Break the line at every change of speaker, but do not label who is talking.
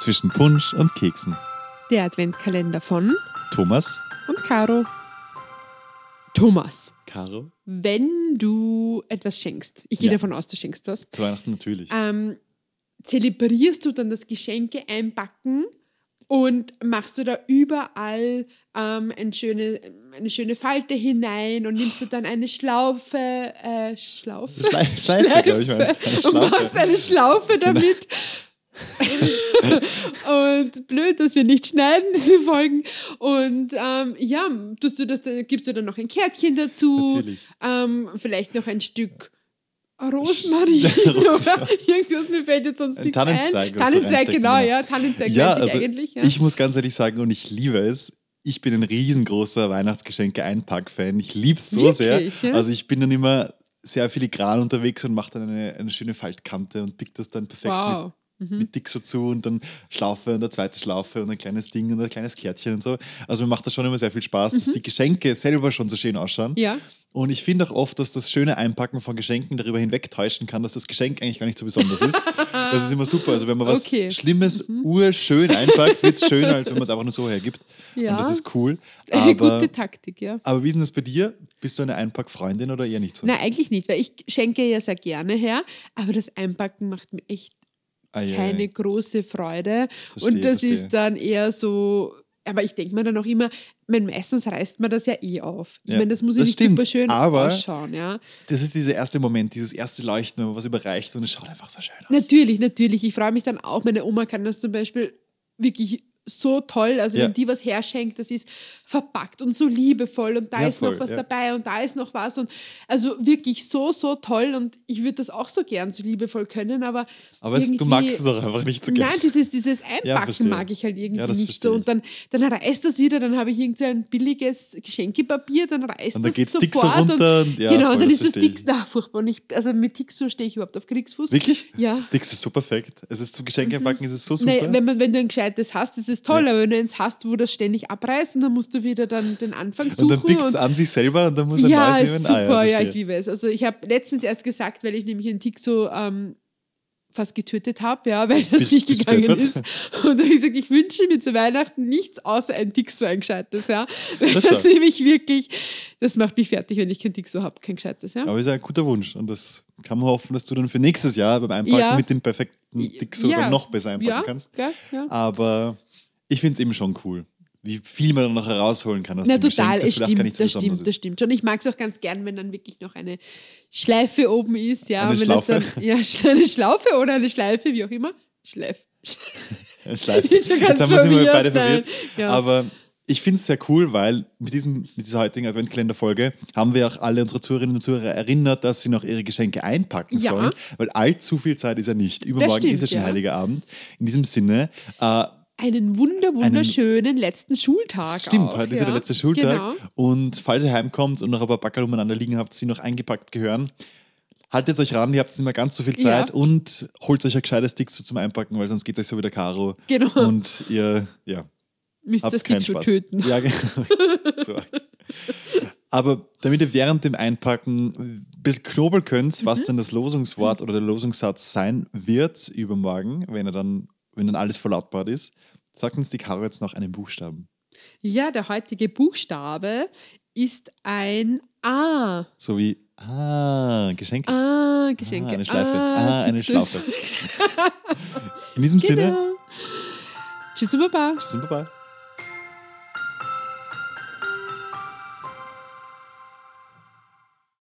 zwischen Punsch und Keksen.
Der Adventkalender von
Thomas,
und Caro. Thomas,
Caro,
wenn du etwas schenkst, ich gehe
Ja.
davon aus, du schenkst was,
zu Weihnachten natürlich.
ähm, zelebrierst du dann das Geschenke einpacken und machst du da überall ähm, ein schöne, eine schöne Falte hinein und nimmst du dann eine Schlaufe, äh, Schlaufe?
Schlei- Schleife, glaub ich, meinst du? Eine
und
Schlaufe. Genau.
machst eine Schlaufe damit. und blöd, dass wir nicht schneiden, diese Folgen. Und ähm, ja, tust du das, dann- gibst du dann noch ein Kärtchen dazu.
Natürlich.
Ähm, vielleicht noch ein Stück Rosmarin
Rosmarin.
oder irgendwas, mir fällt jetzt sonst
Ein
nichts
Tannenzweig,
ein.
was du
Tannenzweig,
reinstecken
genau,
kann.
ja. Tannenzweig
ja,
meinte ich
also
eigentlich. Ja.
ich muss ganz ehrlich sagen, und ich liebe es. Ich bin ein riesengroßer Weihnachtsgeschenke-Einpack-Fan. Ich liebe es so
Wirklich,
sehr.
ja?
Also ich bin dann immer sehr filigran unterwegs und mache dann eine, eine schöne Faltkante und pick das dann perfekt
wow. Mhm.
mit, mit Dick so zu und dann Schlaufe und eine zweite Schlaufe und ein kleines Ding und ein kleines Kärtchen und so. Also mir macht das schon immer sehr viel Spaß, dass die Geschenke selber schon so schön ausschauen.
Mhm. Ja.
Und ich finde auch oft, dass das schöne Einpacken von Geschenken darüber hinwegtäuschen kann, dass das Geschenk eigentlich gar nicht so besonders ist. Das ist immer super. Also wenn man was
Okay.
Schlimmes
Mhm.
urschön einpackt, wird es schöner, als wenn man es einfach nur so hergibt.
Ja.
Und das ist cool.
Eine
Aber,
gute Taktik, ja.
aber wie ist denn das bei dir? Bist du eine Einpackfreundin oder eher nicht so?
Na, eigentlich nicht, weil ich schenke ja sehr gerne her, aber das Einpacken macht mir echt
Ah, ja, ja,
keine
ja.
große Freude.
Verstehe,
und das
verstehe.
ist dann eher so, aber ich denke mir dann auch immer, mein, meistens reißt man das ja eh auf. Ich
Ja,
meine, das muss ja
das
nicht
stimmt,
super schön
aber-
ausschauen, ja.
Das ist dieser erste Moment, dieses erste Leuchten, wenn man was überreicht und es schaut einfach so schön aus.
Natürlich, natürlich. Ich freue mich dann auch. Meine Oma kann das zum Beispiel wirklich so toll. Also
Ja.
wenn die was herschenkt, das ist verpackt und so liebevoll und da
Ja,
ist
voll,
noch was
ja.
dabei und da ist noch was und also wirklich so, so toll und ich würde das auch so gern so liebevoll können, aber
Aber es, du
irgendwie-
magst es auch einfach nicht so gerne.
Nein, dieses, dieses Einpacken
verstehe.
mag ich halt irgendwie
Ja, das
nicht
verstehe
so.
ich.
Und dann, dann reißt das wieder, dann habe ich irgend so ein billiges Geschenkepapier, dann reißt
Und dann
das
geht's
sofort.
dick so runter
und,
und- ja,
genau,
voll,
dann
das
ist das
verstehe ich.
dick, na, furchtbar. Und ich, also mit dick so stehe ich überhaupt auf Kriegsfuß.
Wirklich?
Ja.
Dix ist so perfekt. Es ist zum Geschenk einpacken, ist es so super.
Nee, wenn, man, wenn du ein gescheites hast, ist es toll, aber wenn du eins hast, wo das ständig abreißt und dann musst du wieder dann den Anfang suchen.
und dann pickt es an sich selber und dann muss ein
ja,
neues
ist
nehmen. Ah,
super, ja,
verstehe.
ich liebe es. Also ich habe letztens erst gesagt, weil ich nämlich einen Tick so ähm, fast getötet habe, ja, weil das
Bist
nicht gegangen
gestolpert?
ist. Und da habe ich gesagt, ich wünsche mir zu Weihnachten nichts außer ein Tick so ein gescheites, ja. Weil
Das
das,
schau.
nämlich wirklich, das macht mich fertig, wenn ich kein Tick so habe, kein gescheites, ja.
Aber ist ein guter Wunsch und das kann man hoffen, dass du dann für nächstes Jahr beim Einpacken
Ja.
mit dem perfekten Dixo
Ja.
dann noch besser einpacken
Ja,
kannst.
gell, ja.
Aber ich finde es eben schon cool, wie viel man dann noch herausholen kann aus
Na
dem
total,
Geschenk, das
es
vielleicht gar
stimmt,
nichts
das
Besonderes
stimmt, das
ist.
stimmt schon. Ich mag es auch ganz gern, wenn dann wirklich noch eine Schleife oben ist, ja.
Eine
wenn das
Schlaufe.
Dann, ja, eine Schlaufe oder eine Schleife, wie auch immer. Schleif.
Eine Schleife.
bin schon ganz
Jetzt haben wir sind wir
verwirrt,
beide
nein.
verwirrt.
Ja.
Aber ich finde es sehr cool, weil mit, diesem, mit dieser heutigen Adventkalender-Folge haben wir auch alle unsere Zuhörerinnen und Zuhörer erinnert, dass sie noch ihre Geschenke einpacken
Ja.
sollen, weil allzu viel Zeit ist ja nicht. Übermorgen
stimmt,
ist ja schon
ja.
Heiliger Abend. In diesem Sinne, äh,
Einen wunder, wunderschönen letzten Schultag.
Stimmt,
auch,
heute
ja.
ist ja der letzte Schultag.
Genau.
Und falls ihr heimkommt und noch ein paar Backerl umeinander liegen habt, die noch eingepackt gehören, haltet euch ran, ihr habt nicht mehr ganz so viel
Ja.
Zeit und holt euch ein gescheites Stick so zum Einpacken, weil sonst geht es euch so wieder Karo.
Genau.
Und ihr, ja,
Müsst
habt
das
keinen
Ding schon
Spaß.
töten.
Ja, genau. so arg. Aber damit ihr während dem Einpacken ein bisschen knobeln
Mhm.
könnt, was denn das Losungswort oder der Losungssatz sein wird übermorgen, wenn er dann, wenn dann alles verlautbart ist, sagt uns die Karo jetzt noch einen Buchstaben.
Ja, der heutige Buchstabe ist ein A.
So wie, ah, Geschenke.
Ah,
ah,
Geschenke.
eine Schleife. Ah, eine
Tipps.
Schlaufe. In diesem Sinne,
Genau. Tschüss und Baba.
tschüss und baba.